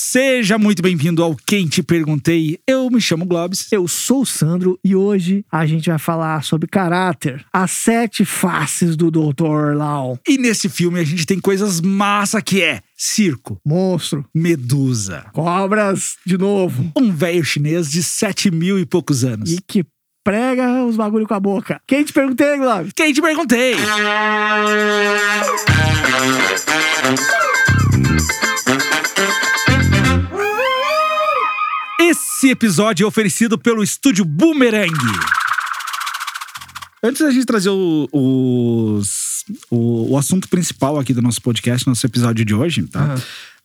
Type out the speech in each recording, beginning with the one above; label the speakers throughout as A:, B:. A: Seja muito bem-vindo ao Quem Te Perguntei. Eu me chamo Globes.
B: Eu sou o Sandro e hoje a gente vai falar sobre caráter, as sete faces do Dr. Lau.
A: E nesse filme a gente tem coisas massa que é circo,
B: Monstro,
A: medusa,
B: cobras, de novo.
A: um velho chinês de 7 mil e poucos anos.
B: E que prega os bagulho com a boca. Quem te perguntei, Glove?
A: Quem Te Perguntei. Esse episódio é oferecido pelo Estúdio Boomerang. Antes da gente trazer o, os- o, o assunto principal aqui do nosso podcast, nosso episódio de hoje, tá?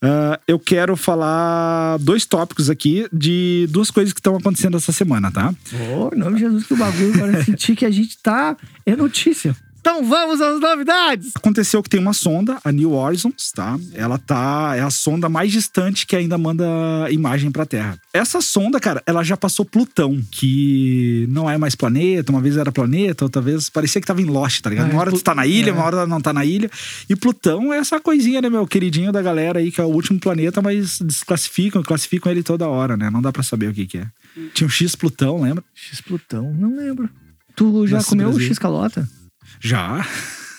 A: Ah, eu quero falar dois tópicos aqui de duas coisas que estão acontecendo essa semana, tá?
B: Pô, em nome de Jesus, que o bagulho parece sentir que a gente tá. É notícia. Então vamos às novidades!
A: Aconteceu que tem uma sonda, a New Horizons, tá? Ela tá. É a sonda mais distante que ainda manda imagem pra Terra. Essa sonda, cara, ela já passou Plutão, que não é mais planeta. Uma vez era planeta, outra vez parecia que tava em Lost, tá ligado?
B: Ah,
A: Uma hora
B: Plu-
A: tu tá na ilha,
B: é.
A: uma hora não tá na ilha. E Plutão é essa coisinha, né, meu? Queridinho da galera aí, que é o último planeta, mas desclassificam, classificam ele toda hora, né? Não dá pra saber o que que é. Tinha um X Plutão, lembra?
B: X-Plutão, não lembro. Tu já
A: Nossa,
B: comeu
A: Brasil.
B: X-Calota?
A: Já.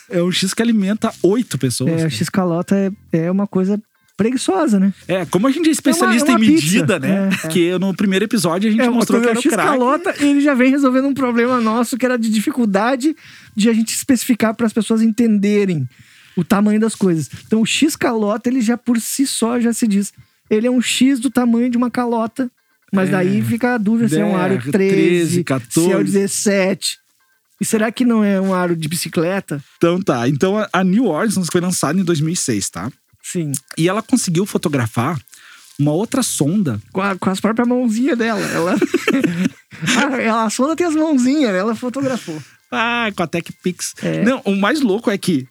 A: É um X que alimenta oito pessoas.
B: É,
A: cara.
B: X-Calota é, é uma coisa preguiçosa, né?
A: É, como a gente é especialista
B: É uma- é
A: em
B: uma
A: medida,
B: pizza.
A: né?
B: É, é.
A: Porque no primeiro episódio a gente
B: É,
A: mostrou que
B: o
A: era o craque.
B: X-Calota, ele já vem resolvendo um problema nosso que era de dificuldade de a gente especificar para as pessoas entenderem o tamanho das coisas. Então o X-Calota, ele já por si só já se diz. Ele é um X do tamanho de uma calota. Mas
A: É.
B: daí fica a dúvida se é um
A: É,
B: aro 13,
A: 13,
B: se é
A: 14.
B: o 17. E será que não é um aro de bicicleta?
A: Então tá, então a- a New Horizons foi lançada em 2006, tá?
B: Sim.
A: E ela conseguiu fotografar uma outra sonda.
B: Com, a- com as próprias mãozinhas dela. Ela... Ah, ela, a sonda tem as mãozinhas, né? ela fotografou.
A: Ah, com a TechPix.
B: É.
A: Não, o mais louco é que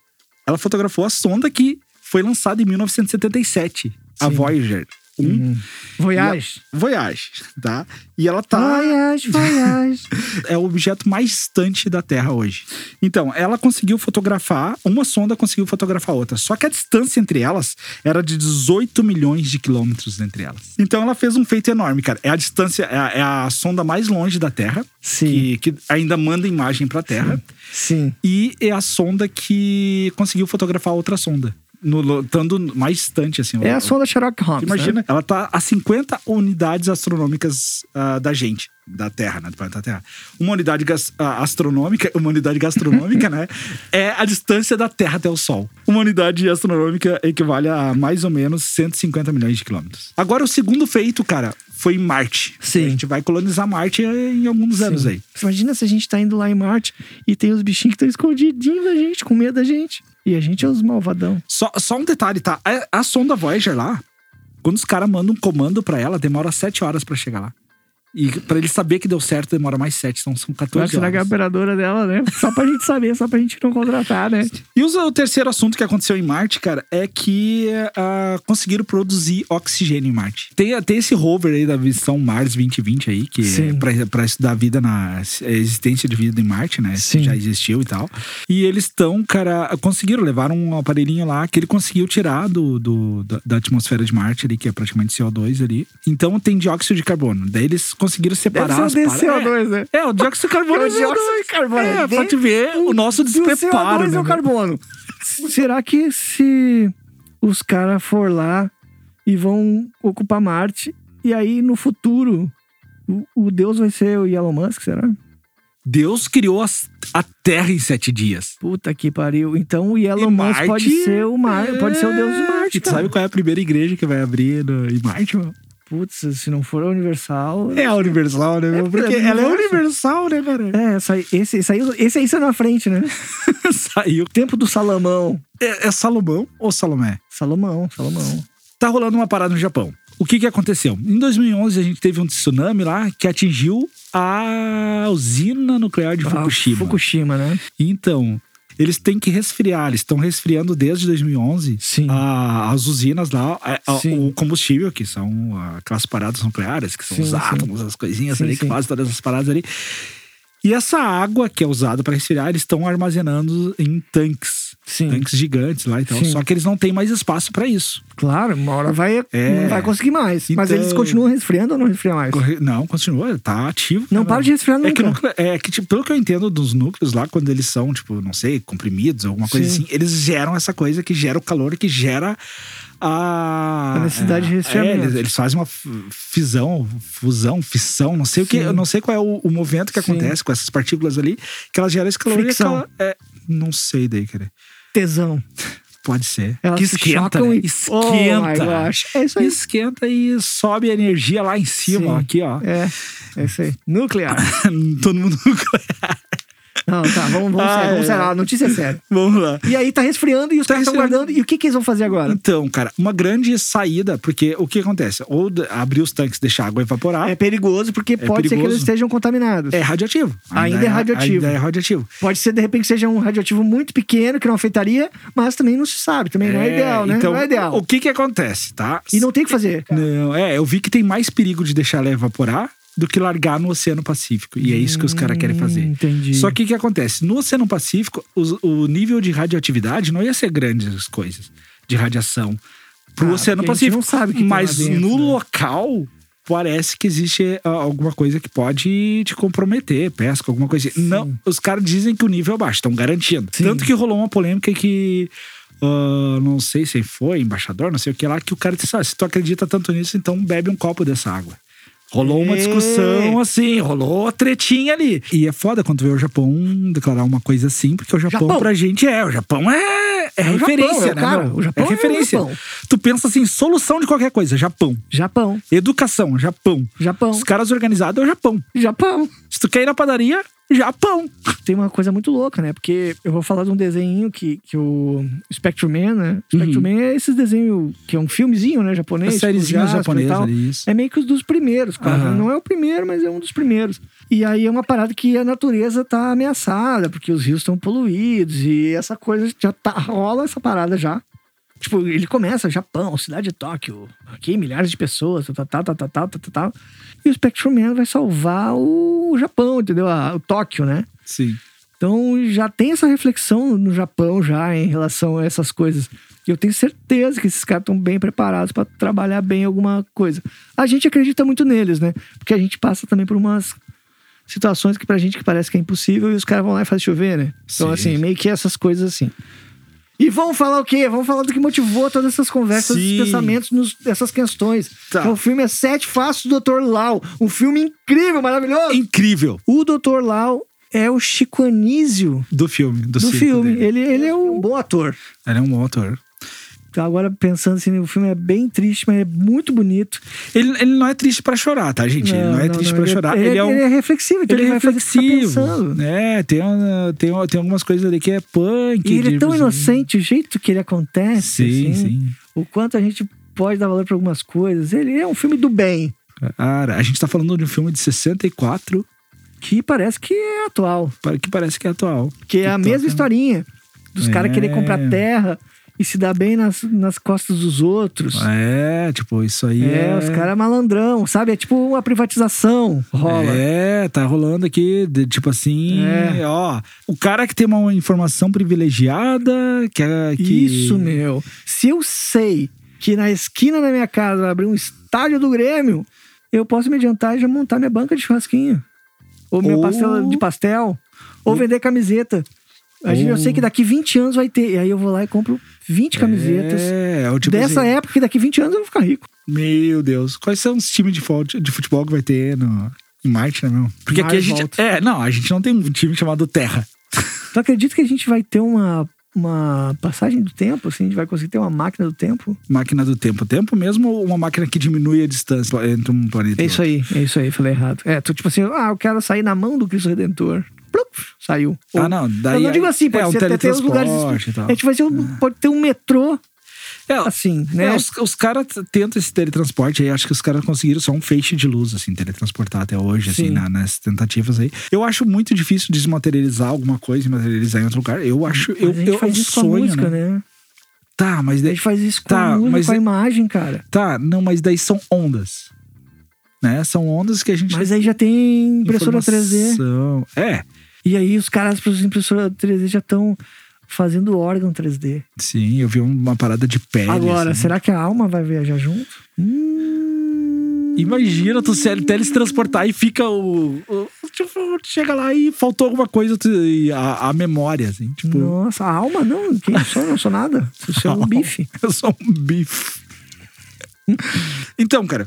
A: ela fotografou a sonda que foi lançada em 1977. A
B: Sim. Uhum.
A: Voyager 1
B: Voyage.
A: Voyage, tá? E ela tá...
B: Voyage, voyage.
A: é o objeto mais distante da Terra hoje. Então, ela conseguiu fotografar, uma sonda conseguiu fotografar a outra. Só que a distância entre elas era de 18 milhões de quilômetros entre elas. Então, ela fez um feito enorme, cara. É a distância, é a, é a sonda mais longe da Terra,
B: Sim,
A: que, que ainda manda imagem para a Terra.
B: sim.
A: E é a sonda que conseguiu fotografar a outra sonda. No, lo- estando mais distante, assim.
B: É
A: o-
B: a sonda Sherlock Holmes.
A: Imagina,
B: né?
A: ela tá a 50 unidades astronômicas ah, da gente, da Terra, né? Do planeta Terra. Uma unidade gas- ah, astronômica, uma unidade gastronômica, né? É a distância da Terra até o Sol. Uma unidade astronômica equivale a mais ou menos 150 milhões de quilômetros. Agora, o segundo feito, cara, foi em Marte.
B: Sim.
A: A gente vai colonizar Marte eh, em alguns anos
B: Sim.
A: aí.
B: Imagina se a gente tá indo lá em Marte e tem os bichinhos que estão escondidinhos da gente, com medo da gente. E a gente é os malvadão.
A: Só, só um detalhe, tá? A, a sonda Voyager lá, quando os caras mandam um comando pra ela, demora 7 horas pra chegar lá. E pra ele saber que deu certo, demora mais 7, então são
B: Vai
A: 14
B: estragar a
A: horas.
B: operadora dela, né? Só pra gente saber, só pra gente não contratar, né?
A: E os- o terceiro assunto que aconteceu em Marte, cara, é que ah, conseguiram produzir oxigênio em Marte. Tem, tem esse rover aí da missão Mars 2020 aí, que é
B: Sim.
A: pra, pra estudar a vida na a existência de vida em Marte, né? Se
B: Sim.
A: Já existiu e tal. E eles estão, cara, conseguiram levar um aparelhinho lá que ele conseguiu tirar do, do- da, da atmosfera de Marte ali, que é praticamente CO2 ali. Então tem dióxido de carbono. Daí eles conseguiram
B: Deve
A: separar
B: ser o
A: as paradas.
B: DCO2, né?
A: É, é, o dióxido de carbono
B: É
A: é
B: o dióxido de carbono.
A: É,
B: Bem-
A: pode ver o nosso
B: E o
A: despreparo.
B: CO2
A: né,
B: é o
A: meu?
B: carbono. Será que se os caras for lá e vão ocupar Marte, e aí no futuro o, o Deus vai ser o Elon Musk, será?
A: Deus criou as- a Terra em sete dias.
B: Puta que pariu. Então o Elon
A: E
B: Musk
A: Marte- é.
B: pode ser o Mar... pode ser o deus de Marte,
A: E tu
B: cara.
A: sabe qual é a primeira igreja que vai abrir no- em Marte, mano?
B: Putz, se não for a Universal.
A: É a Universal, né? meu?
B: É,
A: Porque
B: é
A: ela é
B: universal.
A: universal, né, cara?
B: É, essa, esse, esse, aí, esse aí saiu na frente, né?
A: Saiu.
B: Tempo do Salomão.
A: É, é Salomão ou Salomé?
B: Salomão, Salomão.
A: Tá rolando uma parada no Japão. O que que aconteceu? Em 2011, a gente teve um tsunami lá que atingiu a usina nuclear de
B: Ah,
A: Fukushima.
B: Fukushima, né?
A: Então, eles têm que resfriar. Eles estão resfriando desde 2011
B: Sim.
A: a- Ah, as usinas lá, a- a-
B: Sim.
A: o combustível, que são aquelas paradas nucleares, que são
B: Sim,
A: os
B: sim.
A: átomos, as coisinhas
B: Sim,
A: ali, que
B: sim.
A: fazem todas as paradas ali. E essa água que é usada para resfriar, eles estão armazenando em tanques.
B: Sim.
A: Tanques gigantes lá e tal.
B: Sim.
A: Só que eles não têm mais espaço para isso.
B: Claro, uma hora vai,
A: É.
B: não vai conseguir mais. Mas
A: Então-
B: eles continuam resfriando ou não resfriam mais?
A: Corre- Não, continua, tá ativo.
B: Não
A: cara.
B: para de resfriar nunca.
A: É que, o núcleo- é que, tipo, pelo que eu entendo dos núcleos lá, quando eles são, tipo, não sei, comprimidos, alguma coisa
B: Sim.
A: assim, eles geram essa coisa que gera o calor, que gera a.
B: A necessidade de
A: é,
B: resfriamento.
A: eles, eles fazem uma f- fisão, fusão, fissão, não sei o que.
B: Sim.
A: Eu não sei qual é o, o movimento que
B: Sim.
A: acontece com essas partículas ali, que elas geram esse calor
B: Fricção.
A: e aquela- é, Não sei daí, cara.
B: Tesão.
A: Pode ser.
B: Elas
A: que
B: se
A: esquenta,
B: chocam
A: né?
B: e- Oh my
A: Esquenta.
B: gosh. É isso aí.
A: esquenta e sobe a energia lá em cima,
B: Sim.
A: aqui, ó.
B: É, é isso aí. Nuclear.
A: Todo mundo.
B: Não, tá, vamos, vamos,
A: Ah,
B: sério, vamos
A: é.
B: sério. A notícia é séria.
A: Vamos lá.
B: E aí tá resfriando e os
A: Tá
B: caras estão
A: resfriando.
B: guardando. E o que, que eles vão fazer agora?
A: Então, cara, uma grande saída, porque o que acontece? Ou d- abrir os tanques, deixar a água evaporar,
B: É
A: é,
B: perigoso porque pode ser que
A: perigoso. É.
B: eles estejam contaminados.
A: radioativo.
B: É. Ainda é radioativo.
A: Ainda é radioativo.
B: Pode ser, de repente, seja um radioativo muito pequeno que não afetaria, mas também não se sabe. Também não é ideal, né?
A: Então,
B: não é ideal.
A: O que que acontece, tá?
B: E não tem o que fazer.
A: Não, é, eu vi que tem mais perigo de deixar ela evaporar do que largar no Oceano Pacífico. E é isso que os caras querem fazer.
B: Hum, Entendi.
A: Só que o que acontece? No Oceano Pacífico, os- o nível de radioatividade não ia ser grandes as coisas de radiação pro
B: Ah,
A: Oceano
B: porque a gente
A: Pacífico.
B: não sabe o que tem lá
A: Mas
B: dentro,
A: no
B: né?
A: local parece que existe ah, alguma coisa que pode te comprometer, pesca, alguma coisa. assim. Não, os caras dizem que o nível é baixo, estão garantindo.
B: Sim.
A: Tanto que rolou uma polêmica que ah, não sei se foi embaixador, não sei o que lá, que o cara disse: ah, se tu acredita tanto nisso, então bebe um copo dessa água. Rolou uma
B: Ei.
A: discussão assim, rolou a tretinha ali. E é foda quando vê o Japão declarar uma coisa assim, porque o Japão,
B: Japão.
A: pra gente é, o Japão é, é
B: É o Japão,
A: referência,
B: é o
A: né?
B: cara.
A: meu?
B: O Japão é
A: é
B: o
A: referência.
B: Japão.
A: Tu pensa assim, solução de qualquer coisa, Japão.
B: Japão,
A: Educação, Japão.
B: Japão,
A: Os caras organizados é o Japão.
B: Japão.
A: Se tu quer ir na padaria, Japão.
B: Tem uma coisa muito louca, né? Porque eu vou falar de um desenho que, que o Spectrum Man, né? Spectrum Man é esse desenho que é um filmezinho, né? Japonês.
A: Uhum. As
B: tipo,
A: sériezinhas
B: Jasper e
A: japonesas
B: tal.
A: ali, isso.
B: É meio que os dos primeiros, cara.
A: Aham.
B: Não é o primeiro, mas é um dos primeiros. E aí é uma parada que a natureza tá ameaçada, porque os rios estão poluídos e essa coisa já tá, rola essa parada já. Tipo, ele começa, Japão, cidade de Tóquio, aqui milhares de pessoas, tá, tá, tá, tá, tá, tá, tá, tá. E o Spectrum Man vai salvar o Japão, entendeu? A- O Tóquio, né?
A: Sim.
B: Então já tem essa reflexão no Japão já em relação a essas coisas. E eu tenho certeza que esses caras estão bem preparados para trabalhar bem alguma coisa. A gente acredita muito neles, né? Porque a gente passa também por umas situações que pra gente que parece que é impossível e os caras vão lá e fazem chover, né? Então
A: Sim.
B: assim, meio que essas coisas assim. E vamos falar o quê? Vamos falar do que motivou todas essas conversas,
A: Sim.
B: esses pensamentos, nos- essas questões.
A: Tá.
B: Então, o filme é Sete Faces do Dr. Lau. Um filme incrível, maravilhoso.
A: Incrível
B: O Dr. Lau é o Chico Anísio
A: do filme, do,
B: do
A: circo
B: filme.
A: dele.
B: Ele, ele é um bom ator.
A: Ele é um bom ator.
B: Tá, agora pensando assim, o filme é bem triste, mas é muito bonito.
A: Ele, ele não é triste pra chorar, tá, gente? ele não é triste pra
B: ele
A: chorar.
B: Ele,
A: Ele, é um.
B: ele é reflexivo, então
A: Ele,
B: ele,
A: é
B: vai fazer o que você tá
A: reflexivo.
B: pensando.
A: É, tem, uh, tem, uh, tem algumas coisas ali que é punk.
B: E ele é
A: de-
B: tão inocente, o jeito que ele acontece.
A: Sim,
B: assim,
A: sim.
B: O quanto a gente pode dar valor pra algumas coisas. Ele é um filme do bem,
A: Cara, a gente tá falando de um filme de 64
B: que parece que é atual.
A: para- que parece que é atual.
B: Que é a
A: toca-
B: mesma historinha. Dos caras
A: É.
B: querer comprar terra e se dar bem nas, nas costas dos outros.
A: É, tipo, isso aí.
B: É,
A: É,
B: os caras malandrão, sabe? É tipo uma privatização rola.
A: É, tá rolando aqui, de- tipo assim,
B: É.
A: ó. O cara que tem uma informação privilegiada, que é. Que...
B: Isso, meu. Se eu sei que na esquina da minha casa vai abrir um estádio do Grêmio, eu posso me adiantar e já montar minha banca de churrasquinho. Ou minha
A: Ou-
B: pastela de pastel. Ou, vender camiseta. A gente, Eu
A: Ou-
B: sei que daqui 20 anos vai ter. E aí eu vou lá e compro 20 camisetas.
A: É, é o tipo
B: Dessa
A: assim,
B: época, que daqui 20 anos eu vou ficar rico.
A: Meu Deus. Quais são os times de fut- de futebol que vai ter no, em Marte, né, meu? Porque aqui
B: Mar
A: a gente.
B: volta.
A: É, não, a gente não tem um time chamado Terra.
B: Tu acredita que a gente vai ter uma, uma passagem do tempo? Assim, a gente vai conseguir ter uma máquina do tempo?
A: Máquina do tempo. Tempo mesmo ou uma máquina que diminui a distância lá entre um planeta
B: É
A: e
B: isso aí, é isso aí, falei errado. É, tu tipo assim, ah, eu quero sair na mão do Cristo Redentor. Plup, saiu.
A: Ah, não, daí
B: eu não digo
A: aí-
B: assim, pode
A: é, um
B: ser até ter os lugares.
A: teletransporte e tal. Ah.
B: A gente vai ter um, pode ter um metrô,
A: É,
B: assim,
A: né?
B: né?
A: os os caras t- tentam esse teletransporte aí, acho que os caras conseguiram só um feixe de luz, assim, teletransportar até hoje, assim,
B: Sim.
A: na- nas tentativas aí. Eu acho muito difícil desmaterializar alguma coisa e materializar em outro lugar. Eu acho, eu,
B: Mas a gente
A: eu, é
B: faz
A: um
B: isso
A: sonho,
B: com a música,
A: né?
B: né?
A: Tá, mas
B: A
A: daí,
B: gente faz isso com
A: Tá,
B: a música,
A: mas
B: com a
A: é-
B: imagem, cara.
A: tá, não, mas daí são ondas. né? São ondas que a gente.
B: Mas aí já tem impressora 3D.
A: é Informação. É,
B: E aí os caras para impressora 3D já estão fazendo órgão 3D.
A: sim, eu vi um, uma parada de pele.
B: Agora,
A: assim.
B: será que a alma vai viajar junto? Hum.
A: Imagina tu se teletransportar e fica o, o- Tipo, tu chega lá e faltou alguma coisa, tu- e a, a memória, assim. Tipo,
B: Nossa, a alma não, quem sou? Eu Não sou nada. Eu sou um bife.
A: eu sou um bife. então, cara.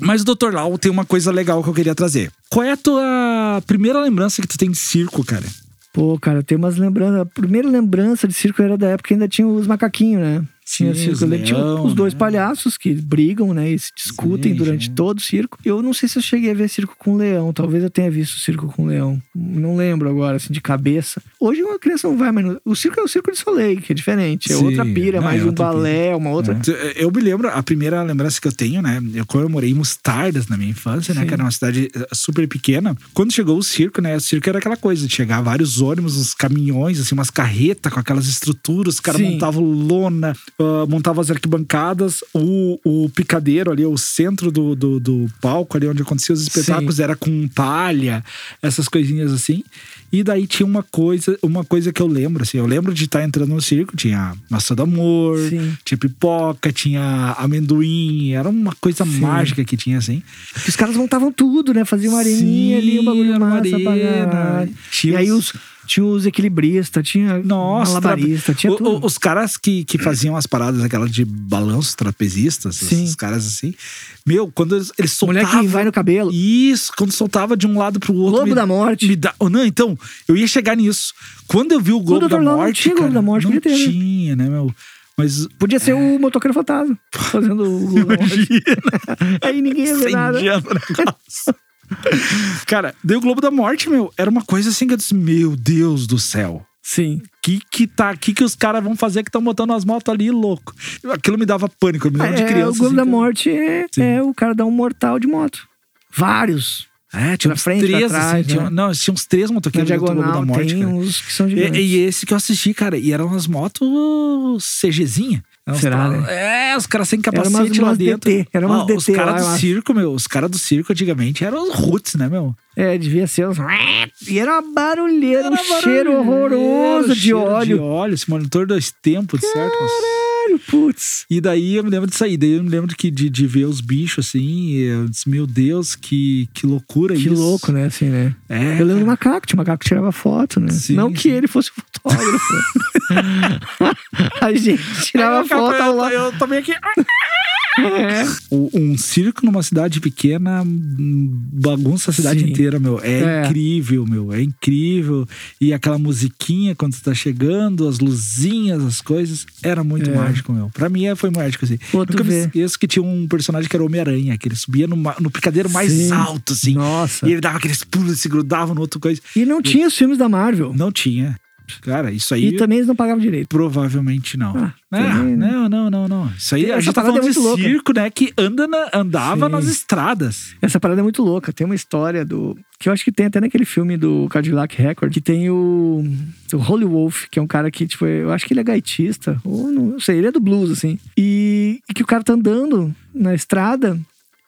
A: Mas o Dr. Lau tem uma coisa legal que eu queria trazer. Qual é a tua primeira lembrança que tu tem de circo, cara?
B: Pô, cara, tem umas lembranças. A primeira lembrança de circo era da época que ainda tinha os macaquinhos, né? Tinha
A: Sim,
B: circo.
A: os
B: Eu lembro que tinha
A: leão,
B: os dois
A: né?
B: palhaços que brigam, né? E se discutem
A: Sim,
B: durante
A: sim.
B: todo o circo. Eu não sei se eu cheguei a ver circo com leão. Talvez eu tenha visto circo com leão. Não lembro agora, assim, de cabeça. Hoje uma criança não vai, mas no- o circo é o circo de Soleil, que é diferente. É
A: Sim,
B: outra pira,
A: não,
B: mais
A: é
B: um
A: outra
B: balé, uma outra.
A: É. Eu me lembro, a primeira lembrança que eu tenho, né? Eu comemorei em Mostardas na minha infância, né?
B: Sim.
A: Que era uma cidade eh, super pequena. Quando chegou o circo, né? O circo era aquela coisa de chegar vários ônibus, uns caminhões, assim, umas carretas com aquelas estruturas. Os caras
B: Sim.
A: montavam lona, ah, montavam as arquibancadas. O, o picadeiro ali, o centro do, do, do palco ali, onde aconteciam os espetáculos, era com palha, essas coisinhas assim. E daí tinha uma coisa, uma coisa que eu lembro, assim. Eu lembro de estar entrando no circo, tinha Maçã do Amor,
B: Sim.
A: tinha pipoca, tinha amendoim, era uma coisa
B: Sim.
A: mágica que tinha assim.
B: Que os caras montavam tudo, né? Faziam uma areninha
A: Sim,
B: ali, um bagulho
A: era uma
B: massa pra
A: arena.
B: caralho.
A: Tinha
B: e aí
A: os-
B: os, tinha os equilibristas, tinha
A: Nossa,
B: malabarista,
A: trape-
B: tinha
A: o-
B: tudo.
A: o- os caras que, que faziam as paradas, aquelas de balanço trapezistas,
B: Sim.
A: esses caras assim. Meu, quando eles, eles
B: Mulher
A: soltavam.
B: que vai no cabelo.
A: Isso, quando soltava de um lado pro outro.
B: Globo
A: me-
B: da Morte.
A: Me dá... oh, não, então, eu ia chegar nisso. Quando eu vi o Globo
B: Dr.
A: da
B: Lau não
A: Morte.
B: tinha Globo
A: cara,
B: da Morte,
A: não
B: podia ter, né?
A: tinha, né, meu? Mas.
B: Podia ser o motoqueiro fantasma. Fazendo o Globo da Morte. Aí ninguém ia ver nada.
A: Incendiando o negócio. Cara, deu o Globo da Morte, meu. Era uma coisa assim que eu disse: Meu Deus do céu.
B: Sim.
A: Que que tá, que que os caras vão fazer que estão botando as motos ali, louco? Aquilo me dava pânico, eu me lembro de
B: É,
A: criança.
B: o Globo
A: assim,
B: da
A: que-
B: Morte é,
A: Sim.
B: é o cara dar um mortal de moto. Vários.
A: É, tinha
B: Pra
A: uns
B: frente, pra
A: três,
B: trás,
A: assim,
B: né?
A: tinha, não, tinha uns três
B: Na
A: motoqueiros dentro do Globo da
B: diagonal
A: Morte,
B: tem um
A: cara.
B: uns que são gigantes.
A: E, e esse que eu assisti, cara, e eram umas motos CGzinha. Eram uns
B: Será, né?
A: tal- É, os caras sem capacete lá
B: umas
A: dentro.
B: DT, era umas
A: Ah, os
B: DT lá,
A: caras
B: eu
A: do
B: acho.
A: circo, meu, os caras do circo antigamente eram os roots, né, meu?
B: É, devia ser uns... E era uma barulheira, um
A: Era
B: cheiro
A: barulheiro,
B: horroroso de
A: cheiro
B: óleo.
A: De óleo, esse monitor dois tempos, de certo? Nossa.
B: Caralho, putz.
A: E daí eu me lembro de sair, daí eu me lembro que, de, de ver os bichos assim, e eu disse, meu Deus, que, que loucura
B: Que
A: isso.
B: louco, né? Assim, né?
A: É,
B: Eu lembro do macaco, tinha um macaco que tirava foto, né?
A: Sim,
B: Não que
A: sim.
B: ele fosse fotógrafo. a gente tirava
A: Aí, cara,
B: foto ao
A: eu,
B: lado.
A: eu tomei aqui.
B: É.
A: O- Um circo numa cidade pequena hum, bagunça a cidade
B: Sim.
A: inteira, meu. É,
B: É.
A: incrível, meu. É incrível. E aquela musiquinha quando tu tá chegando, as luzinhas, as coisas. Era muito
B: É.
A: mágico, meu. Pra mim é, foi mágico, assim.
B: Pô, tu
A: Nunca me
B: vê.
A: esqueço que tinha um personagem que era o Homem-Aranha, que ele subia no, ma- no picadeiro mais
B: Sim.
A: alto, assim.
B: Nossa.
A: E ele dava aqueles pulos, se grudava no outro coisa.
B: E não tinha os filmes da Marvel.
A: Não tinha. Cara, isso aí
B: E também eles não pagavam direito.
A: provavelmente não.
B: Ah,
A: Ah,
B: também, né?
A: não, não, não, não. Isso aí a
B: Essa
A: gente tá
B: parada
A: falando
B: é
A: de
B: muito louca.
A: circo, né? Que anda na- andava
B: Sim.
A: nas estradas.
B: Essa parada é muito louca. Tem uma história do. Que eu acho que tem até naquele filme do Cadillac Record, que tem o. O Holy Wolf, que é um cara que, tipo, eu acho que ele é gaitista, ou não, não sei, ele é do blues, assim. E, e que o cara tá andando na estrada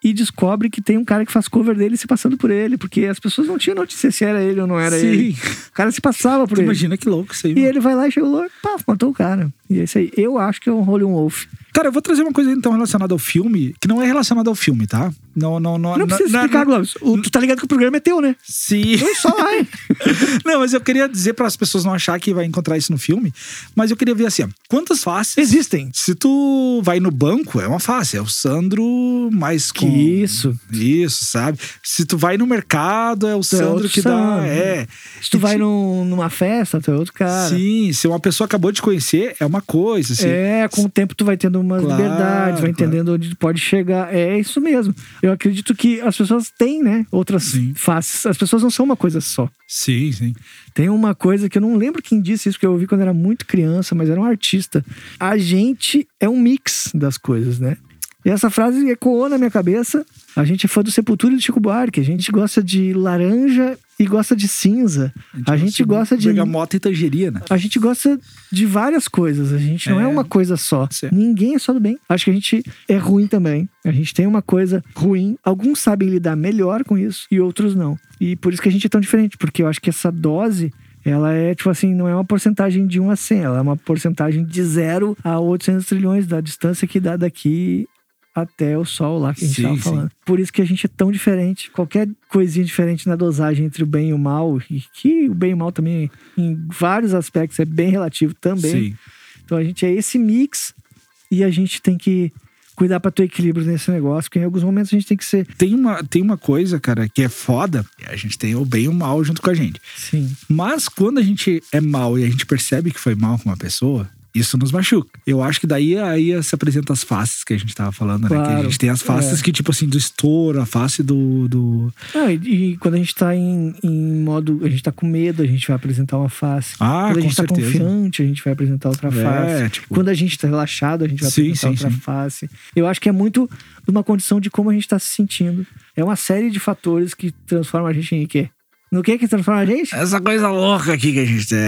B: e descobre que tem um cara que faz cover dele se passando por ele, porque as pessoas não tinham notícia se era ele ou não era
A: Sim.
B: ele. O cara se passava por
A: Tu
B: ele.
A: imagina que louco isso aí.
B: E
A: mano.
B: ele vai lá e chegou lá, pá, matou o cara. E é isso aí. Eu acho que é um Holy Wolf.
A: Cara, eu vou trazer uma coisa então relacionada ao filme, que não é relacionada ao filme, tá? Não, não, não.
B: Não precisa explicar, Globes. O- Tu tá ligado que o programa é teu, né?
A: Sim.
B: Só vai.
A: Não, mas eu queria dizer para as pessoas não achar que vai encontrar isso no filme, mas eu queria ver assim, ó, quantas faces
B: Existem.
A: Se tu vai no banco, é uma face, é o Sandro mais com
B: Que isso.
A: Isso, sabe? Se tu vai no mercado, é o Sandro
B: outro
A: que dá,
B: Sandro.
A: é.
B: Se tu
A: E
B: vai
A: ti-
B: num- numa festa, tu é outro cara.
A: Sim, se uma pessoa acabou de conhecer, é uma coisa, assim.
B: É, com o tempo tu vai tendo umas
A: Claro,
B: liberdades,
A: claro.
B: vai entendendo onde tu pode chegar. É isso mesmo. Eu acredito que as pessoas têm, né? Outras
A: Sim.
B: faces. As pessoas não são uma coisa só.
A: Sim, sim.
B: Tem uma coisa que eu não lembro quem disse isso, que eu ouvi quando era muito criança, mas era um artista. A gente é um mix das coisas, né? E essa frase ecoou na minha cabeça. A gente é fã do Sepultura e do Chico Buarque. A gente gosta de laranja e gosta de cinza.
A: Então,
B: A
A: assim,
B: gente gosta de.
A: Bergamota e tangerina.
B: A gente gosta de várias coisas. A gente não é,
A: né? É.
B: uma coisa só.
A: Certo.
B: Ninguém é só do bem. Acho que a gente é ruim também. A gente tem uma coisa ruim. Alguns sabem lidar melhor com isso e outros não. E por isso que a gente é tão diferente, porque eu acho que essa dose. Ela é, tipo assim, não é uma porcentagem de 1 a 100, ela é uma porcentagem de 0 a 800 trilhões da distância que dá daqui até o sol lá que a gente
A: Sim,
B: estava
A: sim.
B: falando. Por isso que a gente é tão diferente. Qualquer coisinha diferente na dosagem entre o bem e o mal, e que o bem e o mal também, em vários aspectos, é bem relativo também.
A: Sim.
B: Então a gente é esse mix e a gente tem que cuidar para ter equilíbrio nesse negócio, porque em alguns momentos a gente tem que ser.
A: Tem uma, tem uma coisa, cara, que é foda. A gente tem o bem e o mal junto com a gente.
B: Sim.
A: Mas quando a gente é mal e a gente percebe que foi mal com uma pessoa, isso nos machuca. Eu acho que daí é aí se apresenta as faces que a gente tava falando, né? Que a
B: Claro. É.
A: gente tem as faces que, tipo assim, do estouro, a face do. do...
B: Não, e, e quando a gente tá em, em modo. A gente tá com medo, a gente vai apresentar uma face.
A: Ah,
B: quando a
A: com
B: gente tá
A: certeza.
B: confiante, a gente vai apresentar outra face.
A: é, tipo,
B: Quando a gente tá relaxado, a gente vai
A: Sim,
B: apresentar
A: sim,
B: outra
A: sim.
B: face. Eu acho que é muito de uma condição de como a gente tá se sentindo. É uma série de fatores que transforma a gente em quê? No que que transforma a gente?
A: Essa coisa louca aqui que a gente tem.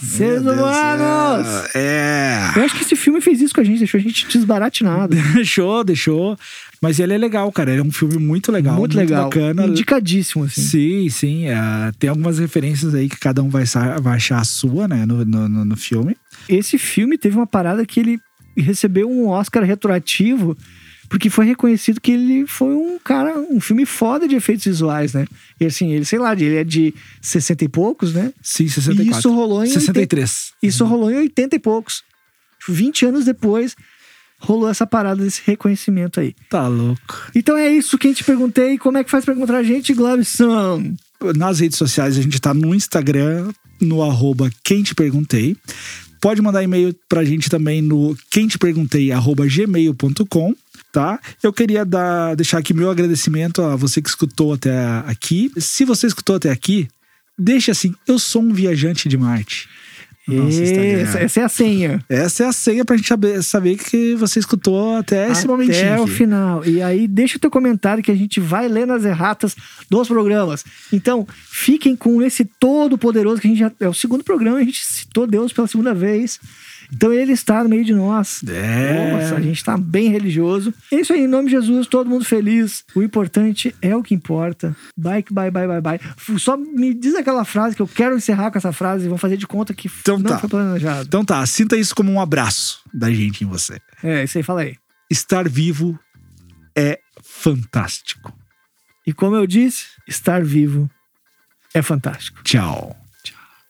B: Seres
A: Meu Deus do
B: humanos!
A: céu. É.
B: Eu acho que esse filme fez isso com a gente, deixou a gente desbaratinado.
A: Deixou, deixou. Mas ele é legal, cara. Ele é um filme muito legal.
B: muito legal.
A: bacana.
B: Indicadíssimo, assim.
A: Sim, sim. ah, tem algumas referências aí que cada um vai, sa- vai achar a sua, né? No, no, no- no filme.
B: Esse filme teve uma parada que ele recebeu um Oscar retroativo, porque foi reconhecido que ele foi um cara, um filme foda de efeitos visuais, né? E assim, ele, sei lá, ele é de 60 e poucos, né?
A: Sim,
B: E
A: 64.
B: isso rolou em 80
A: 63.
B: Isso rolou em 80 e poucos. Tipo, 20 anos depois, rolou essa parada desse reconhecimento aí.
A: Tá louco.
B: Então é isso que a gente perguntei. Como é que faz pra encontrar a gente, Glavison?
A: Nas redes sociais, a gente tá no Instagram, no arroba quem te perguntei. Pode mandar e-mail pra gente também no quem te perguntei, arroba gmail.com. Tá? Eu queria dar, deixar aqui meu agradecimento a você que escutou até aqui. Se você escutou até aqui, deixa assim, eu sou um viajante de Marte. no nosso Instagram.
B: Essa, essa é a senha.
A: Essa é a senha pra gente saber, saber que você escutou até É esse momentinho.
B: Até o
A: aqui.
B: final. E aí, deixa o teu comentário que a gente vai ler nas erratas dos programas. Então, fiquem com esse todo poderoso que a gente já... É o segundo programa, a gente citou Deus pela segunda vez. Então, ele está no meio de nós.
A: É.
B: Nossa, a gente tá bem religioso. É isso aí, em nome de Jesus, todo mundo feliz. O importante é o que importa. Bike, bye, bye, bye, bye. F- Só me diz aquela frase que eu quero encerrar com essa frase. Vamos fazer de conta que f-
A: Então
B: não
A: tá.
B: foi planejado.
A: Então tá, sinta isso como um abraço da gente em você.
B: É, isso aí, fala aí.
A: Estar vivo é fantástico.
B: E como eu disse, estar vivo é fantástico.
A: Tchau.